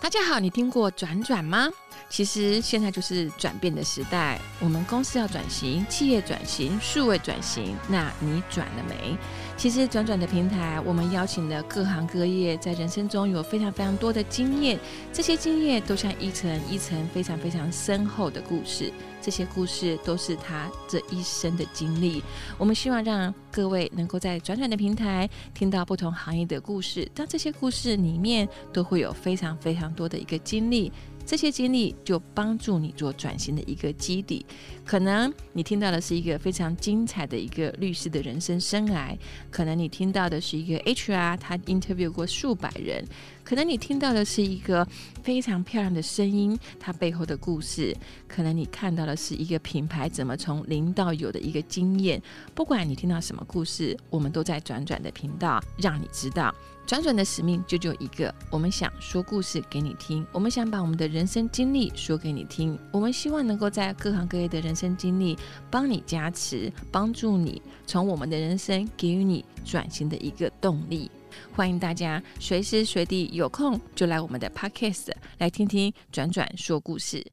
大家好，你听过转转吗？其实现在就是转变的时代，我们公司要转型，企业转型，数位转型，那你转了没？其实转转的平台，我们邀请了各行各业在人生中有非常非常多的经验，这些经验都像一层一层非常非常深厚的故事，这些故事都是他这一生的经历。我们希望让各位能够在转转的平台听到不同行业的故事，但这些故事里面都会有非常非常多的一个经历。这些经历就帮助你做转型的一个基底。可能你听到的是一个非常精彩的一个律师的人生生涯，可能你听到的是一个 HR，他 interview 过数百人，可能你听到的是一个非常漂亮的声音，它背后的故事，可能你看到的是一个品牌怎么从零到有的一个经验。不管你听到什么故事，我们都在转转的频道让你知道。转转的使命就只有一个，我们想说故事给你听，我们想把我们的人生经历说给你听，我们希望能够在各行各业的人生经历帮你加持，帮助你从我们的人生给予你转型的一个动力。欢迎大家随时随地有空就来我们的 podcast 来听听转转说故事。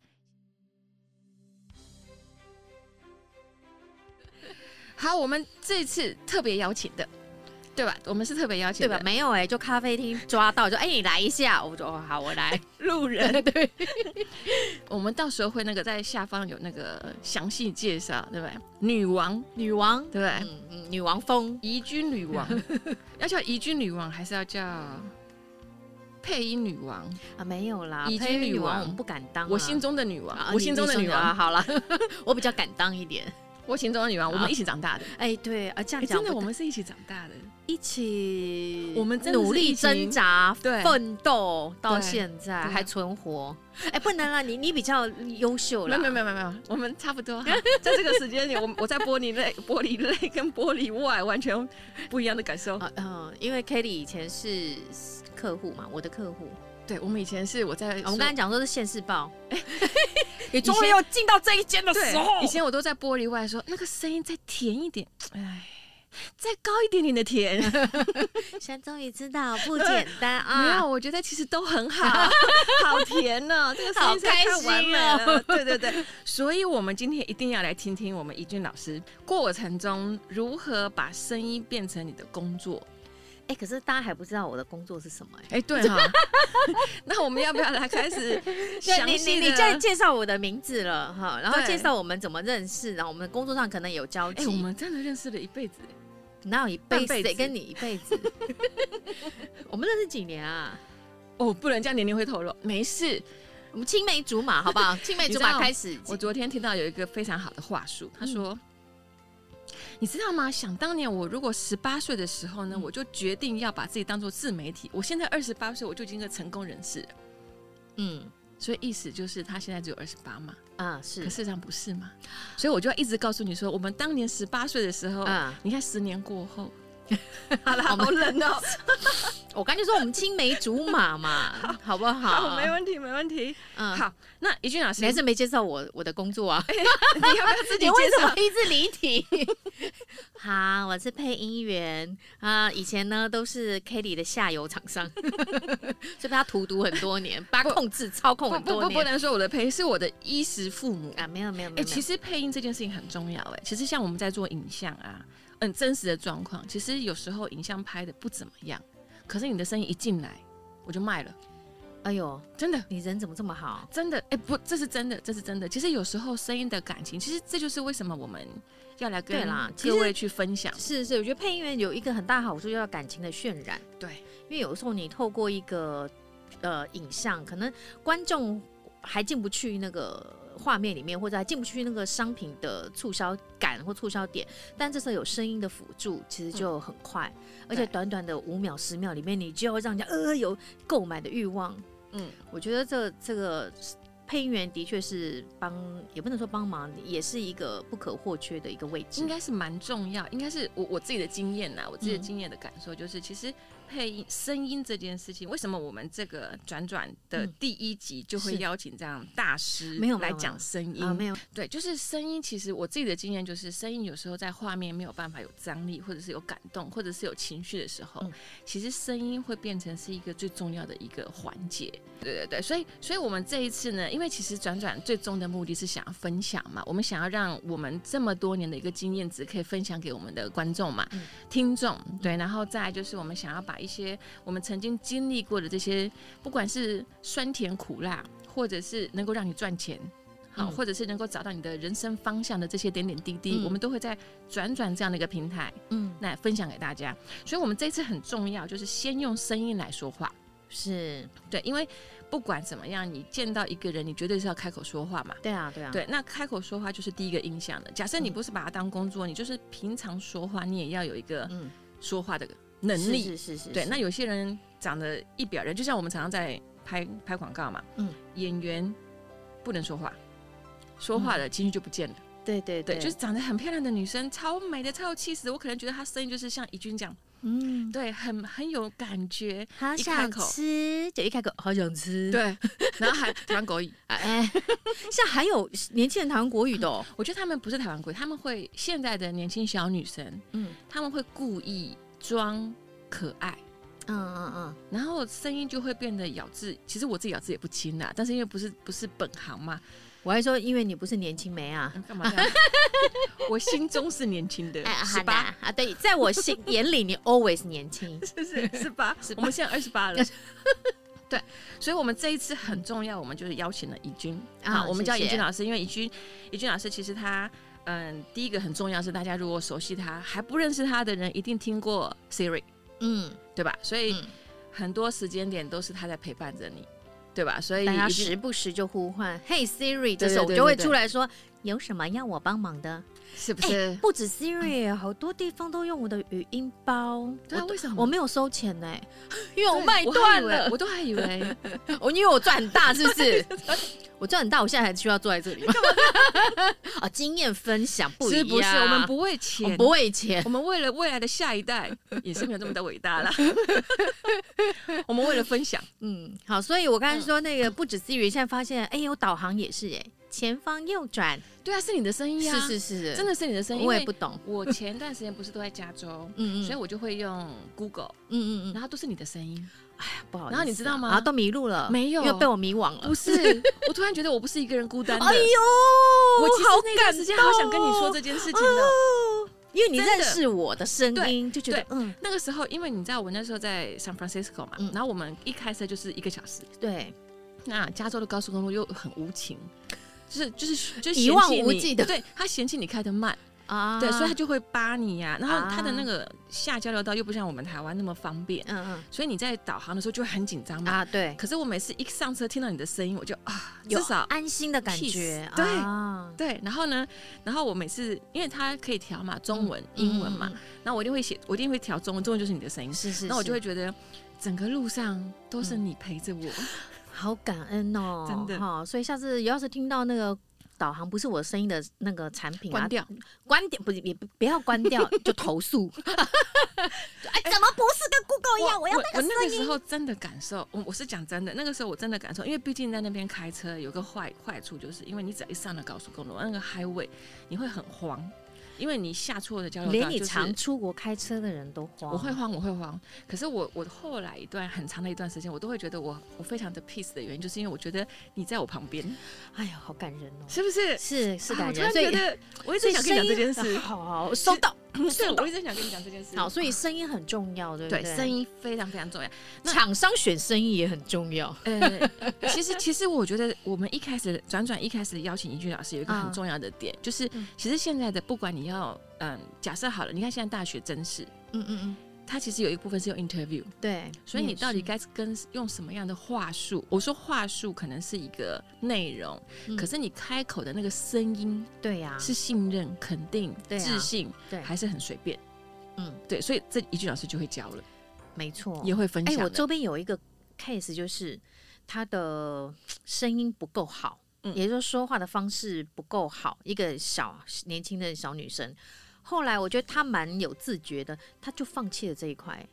好，我们这次特别邀请的，对吧？我们是特别邀请对的吧？，没有哎、就咖啡厅抓到，就哎、你来一下，我就哦好，我来。路人对，我们到时候会那个在下方有那个详细介绍，对不对？女王，女王，对不对？嗯嗯，女王风，怡君女 王，要叫怡君女王还是要叫配音女王？啊，没有啦，已经配音女女王王我们不敢当啊、我心中的女王，啊，我你心中的你女说啊王， 好了，我比较敢当一点。我心中的女王，我们一起长大的。哎、对啊，这样哎，讲、真的，我们们是一起长大的。一起，我们真的是努力一起挣扎，对奋斗到对现在对还存活。哎、不能啦，你你比较优秀没啦。有没有没有没有没有，我们差不多。啊哈在这个时间点，我我在玻璃内、玻璃内跟玻璃外完全不一样的感受。啊，嗯，因为 Kelly 以前是客户嘛，我的客户。 对我们以前是我在啊我们说刚才讲说是《现世报》，你终于哦要进到这一间的对，以前我都在玻璃外说那个声音再甜一点，哎，再高一点点的甜。现在终于知道不简单没啊 有，！我觉得其实都很好， 好甜呢、这个声好音实在开太完心美哦了。对对对，所以我们今天一定要来听听我们怡俊老师过程中如何把声音变成你的工作。 哎，可是大家还不知道我的工作是什么哎。哎，对哈、 那我们要不要来开始对详你细你的？你在介绍我的名字了哈，然后对介绍我们怎么认识，然后我们工作上可能有交哎，我集。们真的认识了一辈子，哪有一辈半辈子子谁跟你一辈子？我们认识几年啊？哦，不能这样年龄会透露。没事，我们青梅竹 马好不好？青梅竹你知道马开始，我昨天听到有一个非常好的话术，他说：“你知道吗？想当年我如果十八岁的时候呢，嗯我就决定要把自己当做自媒体。我现在二十八岁，我就已经是个成功人士了。嗯所以意思就是他现在只有二十八嘛，啊可是事实上不是嘛。所以我就要一直告诉你说，我们当年十八岁的时候，嗯你看十年过 后，好了，我好们冷哦、我刚才就说我们青梅竹马嘛， 好不 好？好，没问题，没问题。嗯好，那怡俊老师，你还是没介绍我我的工作啊？ 你要不要自己你为介什么绍？一直离题？ 好，我是配音员啊，以前呢都是 Kelly 的下游厂商， 所以被他荼毒很多年，被他控制操控不很不多不，不年能说我的陪是我的衣食父母啊，没有没有哎、没有，其没有实配音这件事情很重要哎、其实像我们在做影像啊，嗯，真实的状况，其实有时候影像拍的不怎么样，可是你的声音一进来，我就卖了，哎呦，真的。你人怎么这么好？真的，哎、不，这是真的，这是真的。其实有时候声音的感情，其实这就是为什么我们要来跟对啦其实各位去分享。是是，我觉得配音员有一个很大好处，叫感情的渲染，对，因为有时候你透过一个呃影像，可能观众还进不去那个。画面里面，或者还进不去那个商品的促销感或促销点，但这时候有声音的辅助，其实就很快，而且对短短的五秒、十秒里面，你就要让人家呃有购买的欲望。嗯，我觉得这这个配音员的确是帮，也不能说帮忙，也是一个不可或缺的一个位置应。该是蛮重要，应该是我我自己的经验呐，我自己的嗯经验的感受就是，其实配音声音这件事情，为什么我们这个转转的嗯第一集就会是邀请这样大师没有没来有没讲有声音？啊，没有，对，就是声音。其实我自己的经验就是，声音有时候在画面没有办法有张力，或者是有感动，或者是有情绪的时候，嗯其实声音会变成是一个最重要的一个环节。对对对，所以所以我们这一次呢，因为其实转转最终的目的是想要分享嘛，我们想要让我们这么多年的一个经验值可以分享给我们的观众嘛、嗯听众。对，然后再来就是我们想要把一些我们曾经经历过的这些，不管是酸甜苦辣，或者是能够让你赚钱。好，嗯或者是能够找到你的人生方向的这些点点滴滴，嗯我们都会在转转这样的一个平台嗯，来分享给大家。所以，我们这次很重要，就是先用声音来说话。是对，因为不管怎么样，你见到一个人，你绝对是要开口说话嘛。对啊，对啊，对，那开口说话就是第一个印象的。假设你不是把它当工作，你就是平常说话，你也要有一个嗯，说话的能是力。是是是，对，是那有些人长得一表人，就像我们常常在拍拍广告嘛，嗯，演员不能说话，说话了情绪就不见了。对嗯对对，就是是长得很漂亮的女生，超美的，超有气质，我可能觉得她声音就是像怡君这样，嗯，对，很很有感觉，好一开想口吃，就一开口好想 吃，，对，然后还台湾国语，哎， 现在还有年轻人台湾国语的哦，我觉得他们不是台湾国语，他们会现在的年轻小女生，嗯他们会故意装可爱。嗯嗯嗯，然后声音就会变得咬字，其实我自己咬字也不清啦，但是因为不是不是本行嘛，我还说因为你不是年轻妹啊。嗯干嘛这样？ 哎我心中是年轻的，十好的八，啊，对，在我心眼里，你 always 年 轻。是是十八，我们现在二十八了。 对，所以，我们这一次很重要，我们就是邀请了怡君啊好我们叫谢谢怡君老师，因为怡君，怡君老师其实他，嗯，第一个很重要是大家如果熟悉他，还不认识他的人，一定听过 Siri，嗯，对吧？所以嗯很多时间点都是他在陪伴着你，对吧？所以大家怡君时不时就呼唤 “Hey Siri”，对这时候我对就会对出来说：“有什么要我帮忙的是？”不哎、是？不止 Siri，好多地方都用我的语音包。对啊，我为什么我没有收钱 呢、因对为我卖还断以为了。我都还以 为我因为我赚很 大，是不是？我赚很大，我现在还需要坐在这里吗？ 啊，经验分享不一是样，不是？我们不为我钱们，不为钱。 我们为了未来的下一 代，也是没有这么的伟大 啦。我们为了分享，嗯，好，所以我刚才说那个不止 Siri，现在发现，哎、有导航也是、哎，前方右转，对啊，是你的声音啊，是是是，真的是你的声音。我因为也不懂，我前段时间不是都在加 州，嗯所以嗯我就会用 Google，嗯嗯嗯，然后都是你的声音。不好意思啊，然后你知道吗然后都迷路了，没有因为被我迷惘了，不是，我突然觉得我不是一个人孤 单的。哎呦，我其实好那段时间好哦想跟你说这件事情的。哦，因为你真的认识我的声音，就觉得对嗯，那个时候，因为你知道我那时候在 San Francisco 嘛，嗯然后我们一开车就是一个小时，对，那加州的高速公路又很无情，就是就是就一嫌弃望无你际的对他嫌弃你开的慢，啊对，所以他就会扒你呀、然后他的啊那个下交流道又不像我们台湾那么方便，嗯所以你在导航的时候就会很紧张嗯嘛。啊，对，可是我每次一上车听到你的声音，我就啊，有至少安心的感 peace，觉，对啊对。然后呢，然后我每次因为它可以调嘛，中文、英文嘛嗯，嗯然后我一定会写，我一定会调中文，中文就是你的声音嗯，是是，那我是就会觉得整个路上都是你陪着我。嗯好感恩哦，真的哈，所以下次要是听到那个。导航不是我声音的那个产品、啊，关掉，关掉不是也不不要关掉，就 投诉。哎，怎么不是跟 Google 一哎样？我要那我那个个声时音。候真的感受，我我是讲真的，那个时候我真的感受，因为毕竟在那边开车有个坏坏处，就是因为你只要一上了高速公路，那个 highway 你会很慌，因为你下错的交流道、就是，连你常出国开车的人都慌。我会慌，我会慌。可是我我后来一段很长的一段时间，我都会觉得我我非常的 peace 的原因，就是因为我觉得你在我旁边，哎呀，好感人哦。是不是？ 是是啊感我突人，然所觉以得我一直想跟你讲这件所以声音事，啊好好，收到。对，我一直想跟你讲这件事。好，所以声音很重要，对不对对，声音非常非常重要。那厂商选声音也很重要。呃，其实其实我觉得我们一开始转转一开始邀请一句老师有一个很重要的点，就是嗯其实现在的不管你要嗯，假设好了，你看现在大学真是嗯嗯嗯，它其实有一部分是用 interview，对。所以你到底也嗯是该跟用什么样的话术？我说话术可能是一个内容，嗯可是你开口的那个声音对呀，是信任、肯定、对啊自信，对还是很随便？嗯，对，所以这一句老师就会教了，没错。也会分哎，享的。我周边有一个 case，就是他的声音不够好，嗯也就是说话的方式不够好，一个小年轻的小女生。后来我觉得她蛮有自觉的，她就放弃了这一块。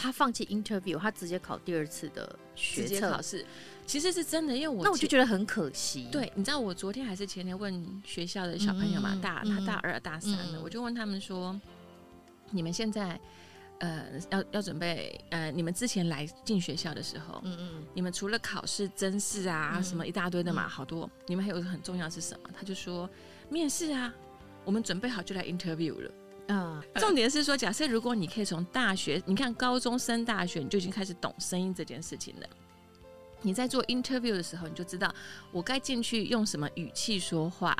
他放弃 interview，他直接考第二次的学直接测考，试，其实是真的，因为我那我就前觉得很可惜。，对，你知道我昨天还是前天问学校的小朋友嘛，嗯大嗯他大二大三了，嗯我就问他们说，你们现在呃要要准备呃，你们之前来进学校的时候，嗯嗯，你们除了考试、真试啊、嗯什么一大堆的嘛，嗯好多，你们还有一个很重要是什么？他就说面试啊，我们准备好就来 interview 了。啊，重点是说，假设如果你可以从大学，你看高中升大学，你就已经开始懂声音这件事情了。你在做 interview 的时候，你就知道我该进去用什么语气说话，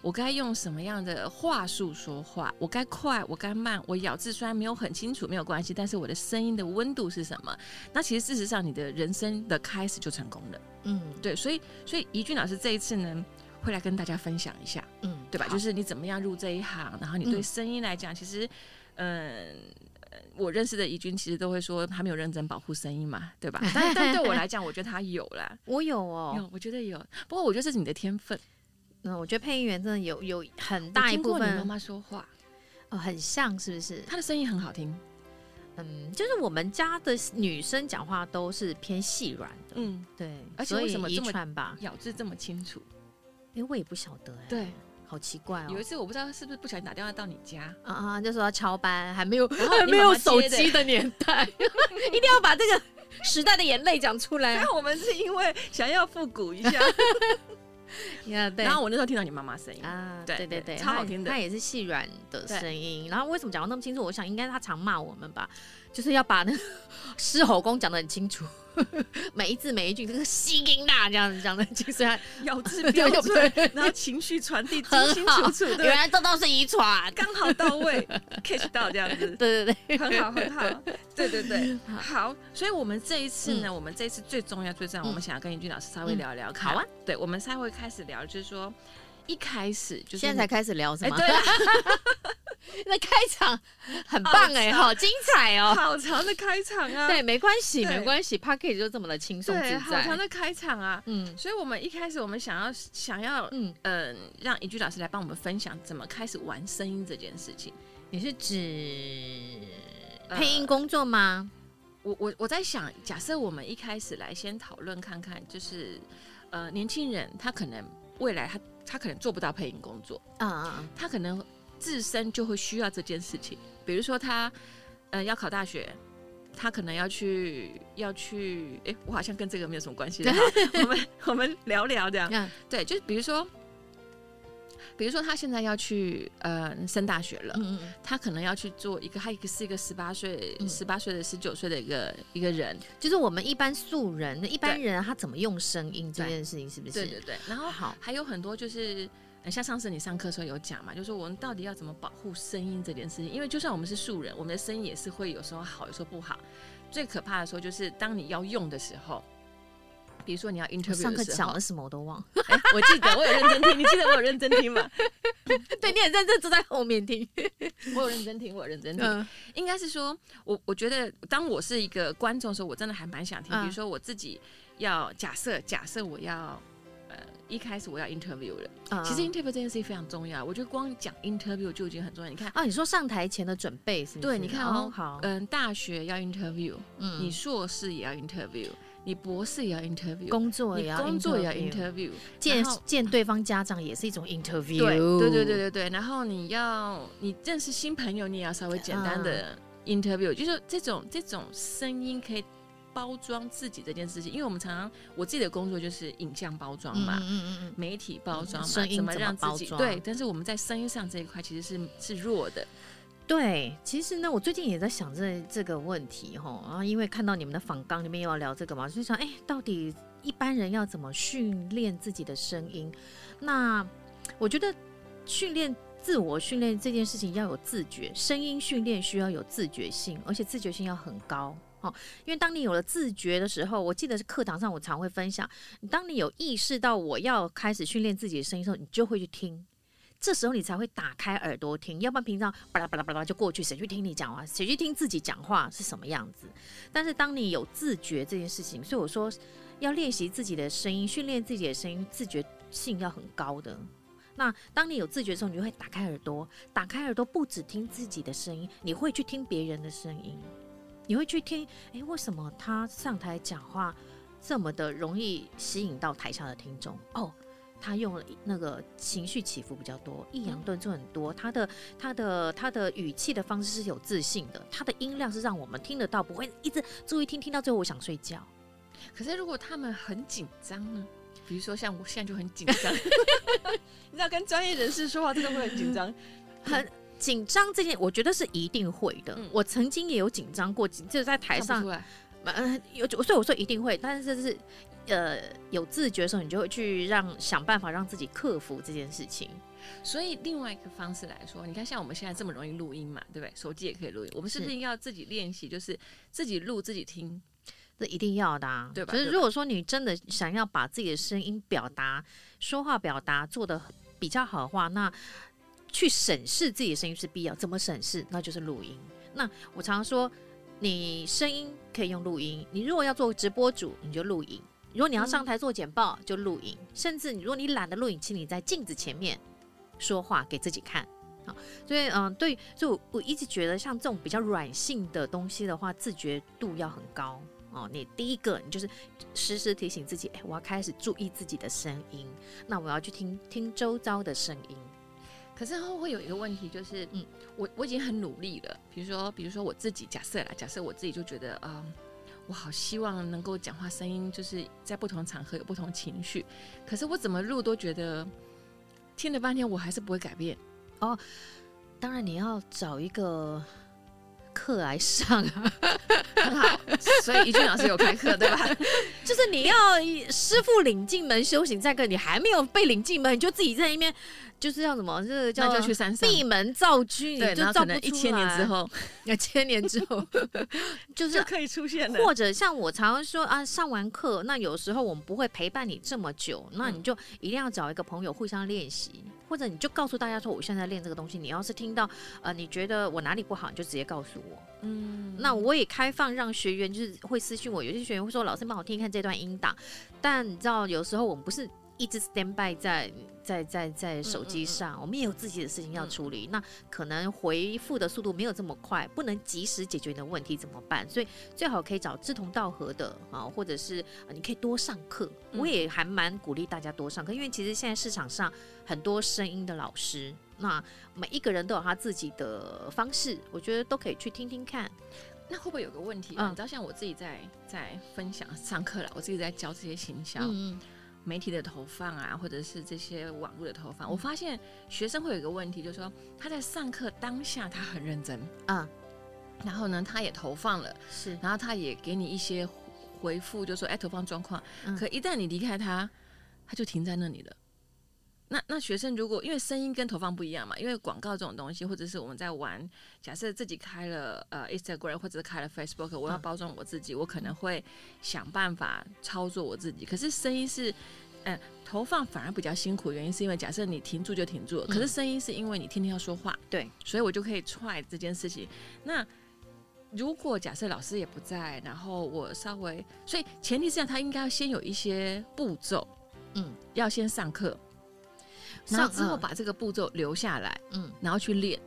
我该用什么样的话术说话，我该快，我该慢，我咬字虽然没有很清楚，没有关系，但是我的声音的温度是什么？那其实事实上，你的人生的开始就成功了。嗯对，所以所以怡君老师这一次呢，会来跟大家分享一下。嗯，对吧？好就是你怎么样入这一行，然后你对嗯声音来讲，其实，嗯。呃我认识的怡君其实都会说他没有认真保护声音嘛，对吧？ 但但对我来讲，我觉得他有啦，我有哦，有，我觉得有。不过我觉得这是你的天分，嗯，我觉得配音员真的有有很我大一听部过你妈分妈说话，哦，很像是不是？她的声音很好听，嗯，就是我们家的女生讲话都是偏细软的，嗯，对，而且所为以什么遗这么传吧？咬字这么清楚。因为我也不晓得哎，对，好奇怪哦有一。次我不知道是不是不小心打电话到你家，啊啊！就说要敲班，还没有然后 还你没妈有妈手接的机的年 代，一定要把这个时代的眼泪讲出来。那我们是因为想要复古一下， 呀， 对然后我那时候听到你妈妈声音，啊，对对对对对，超好她听的她也是细软的对声音。然后为什么讲到那么清楚？我想应该她常骂我们吧，就是要把那个 狮吼功讲得很清楚， 每一字每一句这个吸音啦，这样子讲得很清楚。所 以她咬字标准， 对然后情绪传递清很清好楚楚，对不原对？来这都是遗传。刚好到位 ，catch 到这样子， 对对对，很好，很好，对对对，好。所以，我们这一次呢，我们这一次最重要、最重要，嗯我们想要跟尹俊老师稍微嗯聊聊。好啊，对，我们稍微开始聊，就是说一开始就是现在才开始聊什哎，么？ 对了，啊那开场很棒哎，好精彩哦！好长的开场 啊，对，没关系，对没关系 p a c k a g e 就这么的轻松对，自好长在。的开场啊。嗯所以，我们一开始我们想要想要。嗯，嗯，让尹俊老师来帮我们分享怎么开始玩声音这件事情。你是指呃配音工作吗？我我我在想，假设我们一开始来先讨论看看，就是呃，年轻人他可能未来他他可能做不到配音工作，嗯嗯他可能自身就会需要这件事情，比如说他呃要考大学。他可能要去，要去，哎、我好像跟这个没有什么关 系。好我们我们聊聊这样嗯。。嗯对，就是比如说，比如说他现在要去呃升大学了，嗯嗯，他可能要去做一个，他一个是一个十八岁、嗯十八岁的、十九岁的一个一个人，就是我们一般素人，一般人他怎么用声音这对件事情，是不是？对对对。然后好，还有很多就是，呃像上次你上课的时候有讲嘛，就是我们到底要怎么保护声音这件事情，因为就算我们是素人，我们的声音也是会有时候好，有时候不好。最可怕的时候就是当你要用的时候。比如说你要我 interview 上课的时讲候，了什么我都忘 了。哎我记得我有认真听，你记得我有认真听 吗？对，你很认真，坐在后面听。我有认真听，我有认真听。嗯应该是说，我我觉得当我是一个观众的时候，我真的还蛮想听。嗯比如说我自己要假设，假设我要呃一开始我要 interview 了，嗯其实 interview 这件事情非常重要。我觉得光讲 interview 就已经很重要。你看，啊，你说上台前的准备是不是？对，你看哦，好，嗯，大学要 interview，、嗯你硕士也要 interview，你博士也要 interview，工作也你要工作也要 interview interview，见然后见对方家长也是一种 interview。对对对对对对，然后你要你认识新朋友，你也要稍微简单的嗯 interview，、就是这种这种声音可以包装自己这件事情，因为我们常常我自己的工作就是影像包装嗯嘛。嗯嗯嗯媒体包装嘛，嗯声音怎么怎么让自己包装对？但是我们在声音上这一块其实是是弱的，对，其实呢，我最近也在想这这个问题哈，然后因为看到你们的访纲里面又要聊这个嘛，所以想，哎，到底一般人要怎么训练自己的声音？那我觉得训练自我训练这件事情要有自觉，声音训练需要有自觉性，而且自觉性要很高。哦，因为当你有了自觉的时候，我记得是课堂上我常会分享，当你有意识到我要开始训练自己的声音的时候，你就会去听，这时候你才会打开耳朵听，要不然平常巴拉巴拉巴拉就过去，谁去听你讲话？谁去听自己讲话是什么样子？但是当你有自觉这件事情，所以我说要练习自己的声音，训练自己的声音，自觉性要很高的。那当你有自觉的时候，你就会打开耳朵，打开耳朵不只听自己的声音，你会去听别人的声音。你会去听，诶，为什么他上台讲话这么的容易吸引到台下的听众？哦。他用了那个情绪起伏比较多，嗯抑扬顿挫很多，他的他的他的语气的方式是有自信的，他的音量是让我们听得到，不会一直注意听，听到最后我想睡觉。可是如果他们很紧张呢？比如说像我现在就很紧张， 你知道跟专业人士说话真的会很紧 张。很紧张这件，我觉得是一定会的。嗯我曾经也有紧张过，紧就是在看台不上出，来，呃，有所以我说一定会，但是就是呃有自觉的时候，你就会去让想办法让自己克服这件事情。所以另外一个方式来说，你看像我们现在这么容易录音嘛，对不对？手机也可以录音，我们是不是要自己练习，就是自己录自己听？这一定要的、啊，对吧可是对吧如果说你真的想要把自己的声音表达、说话表达做的比较好的话，那去审视自己的声音是必要。怎么审视？那就是录音。那我常说，你声音可以用录音，你如果要做直播主，你就录影；如果你要上台做简报，就录影。甚至你如果你懒得录影，请你在镜子前面说话给自己看。好，所以嗯，对，所以我我一直觉得像这种比较软性的东西的话，自觉度要很高哦。你第一个，你就是时时提醒自己，哎，我要开始注意自己的声音，那我要去听听周遭的声音。可是后会有一个问题，就是嗯嗯，我我已经很努力了。比如说，比如说我自己假设啦，假设我自己就觉得，嗯，我好希望能够讲话声音就是在不同场合有不同情绪。可是我怎么录都觉得听了半天，我还是不会改变。当然，你要找一个课来上啊，很 好，所以怡君老师有开课对吧？就是你要师傅领进门修行，再个你还没有被领进门，你就自己在那边 就是要什么，这个叫那就去山上。闭门造车，你对，就然后造可不能出一千年之来，后 一千年之后， 就是可以出现或者像我常常说啊，上完课，那有时候我们不会陪伴你这么久，那嗯你就一定要找一个朋友互相练习，或者你就告诉大家说，我现在练这个东西。你要是听到呃，你觉得我哪里不好，你就直接告诉我。嗯，那我也开放让学员就是会私信我，有些学员会说老师帮我听看这段音档，但你知道有时候我们不是一直 stand by 在在在在手嗯嗯机上，我们也有自己的事情要嗯处理，那可能回复的速度没有这么快，不能及时解决你的问题怎么办？所以最好可以找志同道合的啊，或者是呃你可以多上课，嗯我也还蛮鼓励大家多上课，因为其实现在市场上很多声音的老师。那每一个人都有他自己的方式，我觉得都可以去听听看。那会不会有个问题啊？嗯你知道，像我自己在在分享上课了，我自己在教这些行销、嗯嗯媒体的投放啊，或者是这些网络的投放，我发现学生会有一个问题，就是说他在上课当下他很认真，啊，然后呢他也投放了，是然后他也给你一些回复，就说哎投放状况，嗯可一旦你离开他，他就停在那里了。那那学生如果因为声音跟投放不一样嘛，因为广告这种东西，或者是我们在玩，假设自己开了呃 Instagram 或者是开了 Facebook，我要嗯包装我自己，我可能会想办法操作我自己。可是声音是，嗯、投放反而比较辛苦，原因是因为假设你停住就停住了，可是嗯声音是因为你天天要说话，对，所以我就可以踹这件事情。那如果假设老师也不在，然后我稍微，所以前提是这样，他应该要先有一些步骤，嗯，要先上课，然后上之后嗯把这个步骤留下来，嗯，然后去练。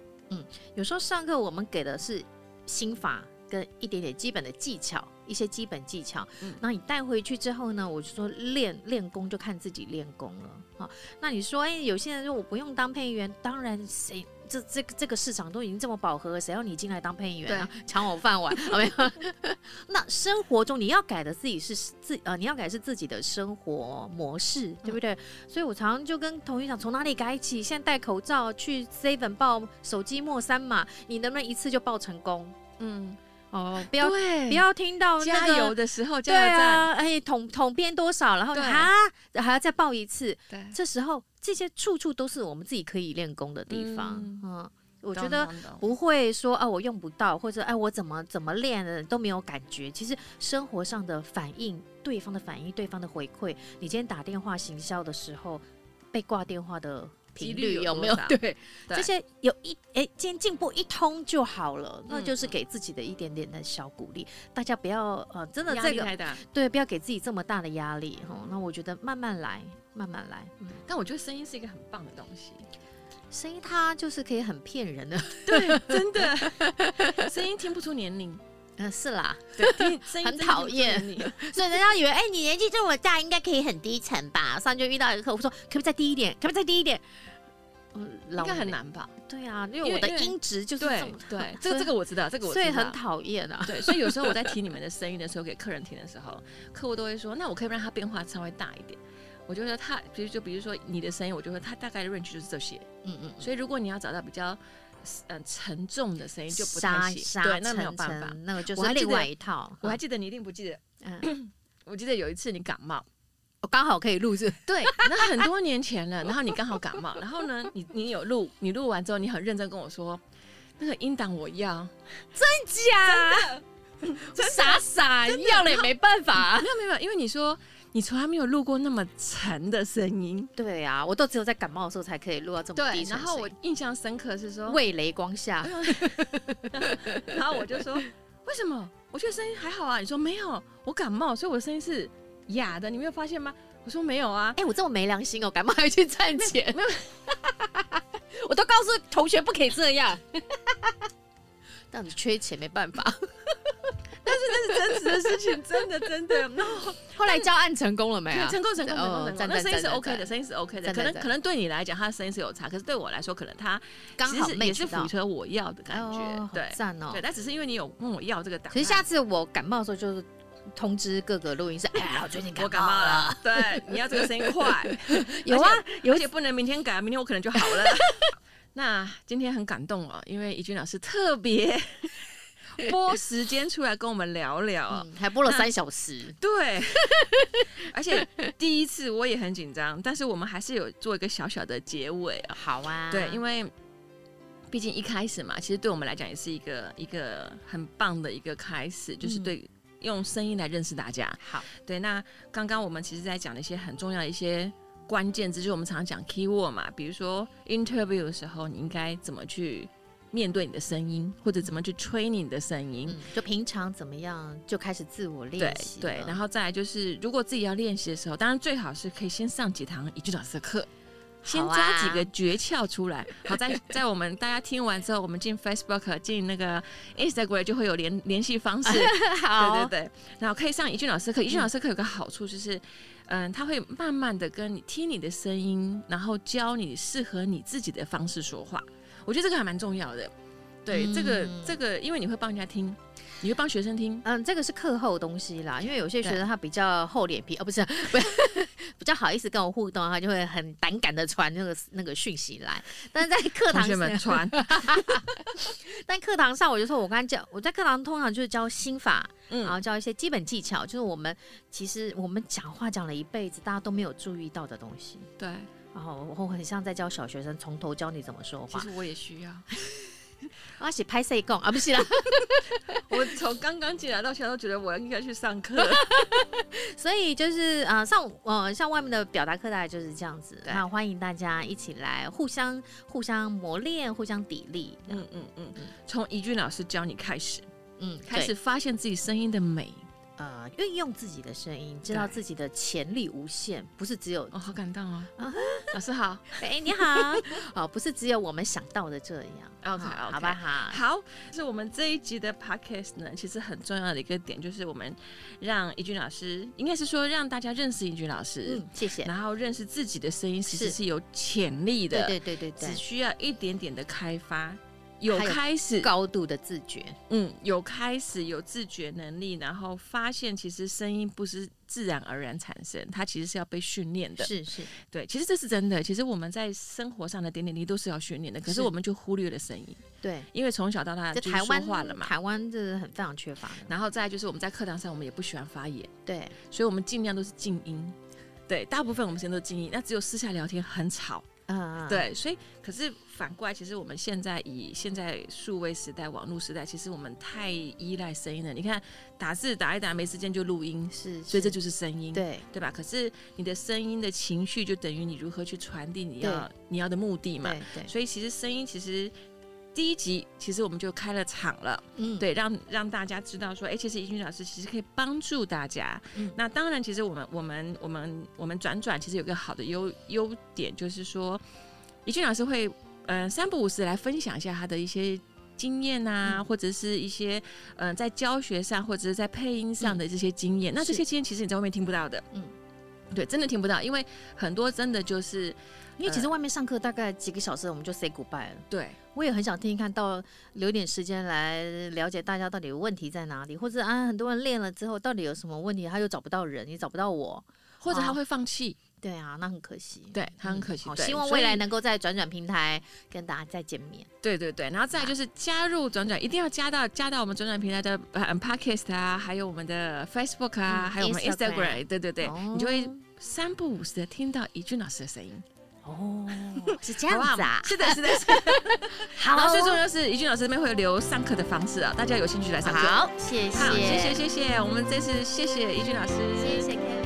有时候上课我们给的是心法跟一点点基本的技巧，一些基本技巧。嗯那你带回去之后呢，我就说练练功就看自己练功了。好，那你说，哎、有些人说我不用当配音员，当然谁。这这个这个市场都已经这么饱和了，谁要你进来当配音员啊？抢我饭碗啊？没有。 那生活中你要改的自己是自呃，你要改是自己的生活模式，对不对？所以我常常就跟同学讲，从哪里改起？现在戴口罩去 seven 报手机末三码，你能不能一次就报成功？嗯，哦，不要对，不要听到、那加个、油的时候对加油站，啊，哎，统统编多少，然后对啊还要再报一次，对，这时候这些处处都是我们自己可以练功的地方。嗯嗯，我觉得懂。懂懂不会说啊，我用不到，或者哎、我怎么怎么练的都没有感觉。其实生活上的反应，对方的反应，对方的回馈，你今天打电话行销的时候，被挂电话的几频率率有有多没有少？对，对这些有一哎、今天进步一通就好了，那嗯就是给自己的一点点的小鼓励。大家不要呃，真的压这力个太大，对，不要给自己这么大的压力哈、哦。那我觉得慢慢来，慢慢来，嗯，但我觉得声音是一个很棒的东西，声音它就是可以很骗人的。 对，真的，声音听不出年龄，嗯、是啦，对，声音真很的讨就厌是你。所以人家以为，哎、你年纪这么大，应该可以很低沉吧？上就遇到一个客户说，可不可以再低一点？可不可以再低一点？嗯，应老该很美。难吧？对啊，因因为为我的因为音质就是这对么对，这所个以这个我知道，这个我知所道，以很讨厌啊。对，所以有时候我在提你们的声音的时候，给客人听的时候，客户都会说：“那我可以让他变化稍微大一点。”我觉得他，比如就比如说你的声音，我就会他大概的 range 就是这些。嗯嗯，所以如果你要找到比较嗯、呃沉重的声音，就不沙太行。沙对，那没有嗯沉办法。沉，那个就我还是记另得外一套。我还嗯记得你一定不记得，嗯，我记得有一次你感 冒， 我刚好可以录是不是对，那很多年前了，然后你刚好感冒，然后呢，你你有录，你录完之后，你很认真跟我说。那个音档我要， 假，傻傻要了也没办法啊。没有没有没有，因为你说你从来没有录过那么沉的声音， 对啊，我都只有在感冒的时候才可以录到这么低对，沉声然音。后我印象深刻是说，畏雷光下，然后我就 说，为什么？我觉得声音还好啊。你说没有，我感冒，所以我的声音是哑的，你没有发现吗？我说没有啊。哎，我这么没良心哦，感冒还去赚钱，没有， 我都告诉同学不可以这 样。但你缺钱没办法，真实的事情，真的真 的。然 后后来教案成功了没啊？成功成功成哦功成功，赞那赞声音是赞赞 OK 的，声音是 OK 的。赞可能赞可能对你来讲，他的声音是有差，可是对我来说，可能他刚其好实是 match 也是到符合我要的感哦觉。好对赞哦对，。但只是因为你有问我要这个档案，可是下次我感冒的时候，就是通知各个录音室，哎呀，我最近我感感冒冒了。了，对，你要这个声音快。 有啊，而且不能明天改，明天我可能就好了。那今天很感动哦，因为怡君老师特别拨时间出来跟我们聊聊哦。嗯，还播了三小时。 对，而且第一次我也很紧张，但是我们还是有做一个小小的结尾啊。好啊，对，因为毕竟一开始嘛，其实对我们来讲也是一个一个很棒的一个开始，就是嗯对、用声音来认识大家。好，对，那刚刚我们其实在讲的一些很重要的一些关键字，就是我们常常讲 keyword 嘛，比如说 interview 的时候，你应该怎么去面对你的声音，或者怎么去 train 你的声音。嗯，就平常怎么样就开始自我对练习了。对， 然后再来就是，如果自己要练习的时候，当然最好是可以先上几堂一句老师的课，先好啊抓几个诀窍出来。好，在在我们大家听完之后，我们进 Facebook、进那个 Instagram 就会有联联系方 式，对好，嗯对对，然后可以上怡俊老师课。怡俊老师课有个好处就是，嗯，他会慢慢的跟你听你的声音，然后教你适合你自己的方式说话。我觉得这个还蛮重要的。对，这个嗯这个，因为你会帮人家听，你会帮学生听。嗯，这个是课后的东西啦，因为有些学生他比较厚脸皮，哦，不是， 不是，比较好意思跟我互动，他就会很胆敢的传那个那个讯息来。但 是在课同堂学们上，传，但课堂上我就说，我刚才教，我在课堂通常就是教心法，然嗯，后教一些基本技巧，就是我们其实我们讲话讲了一辈子，大家都没有注意到的东西。对，然后我很像在教小学生，从头教你怎么说其话。实我也需 要。我要写拍摄供啊，不是啦，我从刚刚进来到现在都觉得我应该去上课。所以就是呃，上呃，像外面的表达课大概就是这样子。对那欢迎大家一起来互相互相磨练，互相砥砺。 嗯嗯嗯嗯，从怡俊老师教你开始，嗯，开始对发现自己声音的美。呃，运用自己的声音，知道对自己的潜力无限，不是只有哦，好感动哦啊！ 老师好。哎、你好哦，不是只有我们想到的这 样。 OK， 好 OK 好吧哈，好，是我们这一集的 podcast 呢，其实很重要的一个点就是我们让怡君老师，应该是说让大家认识怡君老师，嗯，谢谢。然后认识自己的声音其实是是有潜力的，对对对对只对，需要一点点的开发。有还有开始，高度的自觉。嗯，有开始，有自觉能力，然后发现其实声音不是自然而然产生，它其实是要被训练的。是是，对，其实这是真的。其实我们在生活上的点点滴滴都是要训练的，可是是我们就忽略了声音，对，因为从小到大在就是台湾说话了嘛，台湾这是很非常缺乏的。然后再来就是我们在课堂上，我们也不喜欢发言，对，所以我们尽量都是静音。对，大部分我们现在都静音，那只有私下聊天很吵。嗯，嗯，对，所以可是反过来，其实我们现在以现在数位时代、网络时代，其实我们太依赖声音了。你看，打字打一打，没时间就录音，是，所以这是就是声音，对。对吧？可是你的声音的情绪，就等于你如何去传递你要你要的目的嘛。对对，所以其实声音其实。第一集其实我们就开了场了，嗯，对，让让大家知道说，哎、其实怡君老师其实可以帮助大家。嗯那当然，其实我们我们我们我们转转，其实有个好的优优点，就是说，怡君老师会嗯、呃三不五时来分享一下他的一些经验啊，或者是一些嗯、呃在教学上或者是在配音上的这些经验。那这嗯是些经验其实你在外面听不到的，嗯，对，真的听不到，因为很多真的就是因为其实外面上课大概几个小时，我们就 say goodbye 了。对我也很想听听看到留点时间来了解大家到底问题在哪里，或者啊，很多人练了之后到底有什么问题，他又找不到人，也找不到我。或者他哦会放弃，对啊，那很可惜。对他很可惜。好，对希望所以未来能够在转转平台跟大家再见面。对对对，然后再来就是加入转转，一定要加到加到我们转转平台的呃 podcast 啊，还有我们的 Facebook 啊，嗯还有我们 Instagram Instagram，对对对，哦你就会三不五时的听到怡君老师的声音，哦， 是这好不样好子啊？是的，是的，是的。 好啊然后最重要的是怡君老师那边会留上课的方式啊，大家有兴趣来上课。好，谢谢，好，谢谢，谢谢，我们这次谢谢怡君老师，谢谢 Kelly。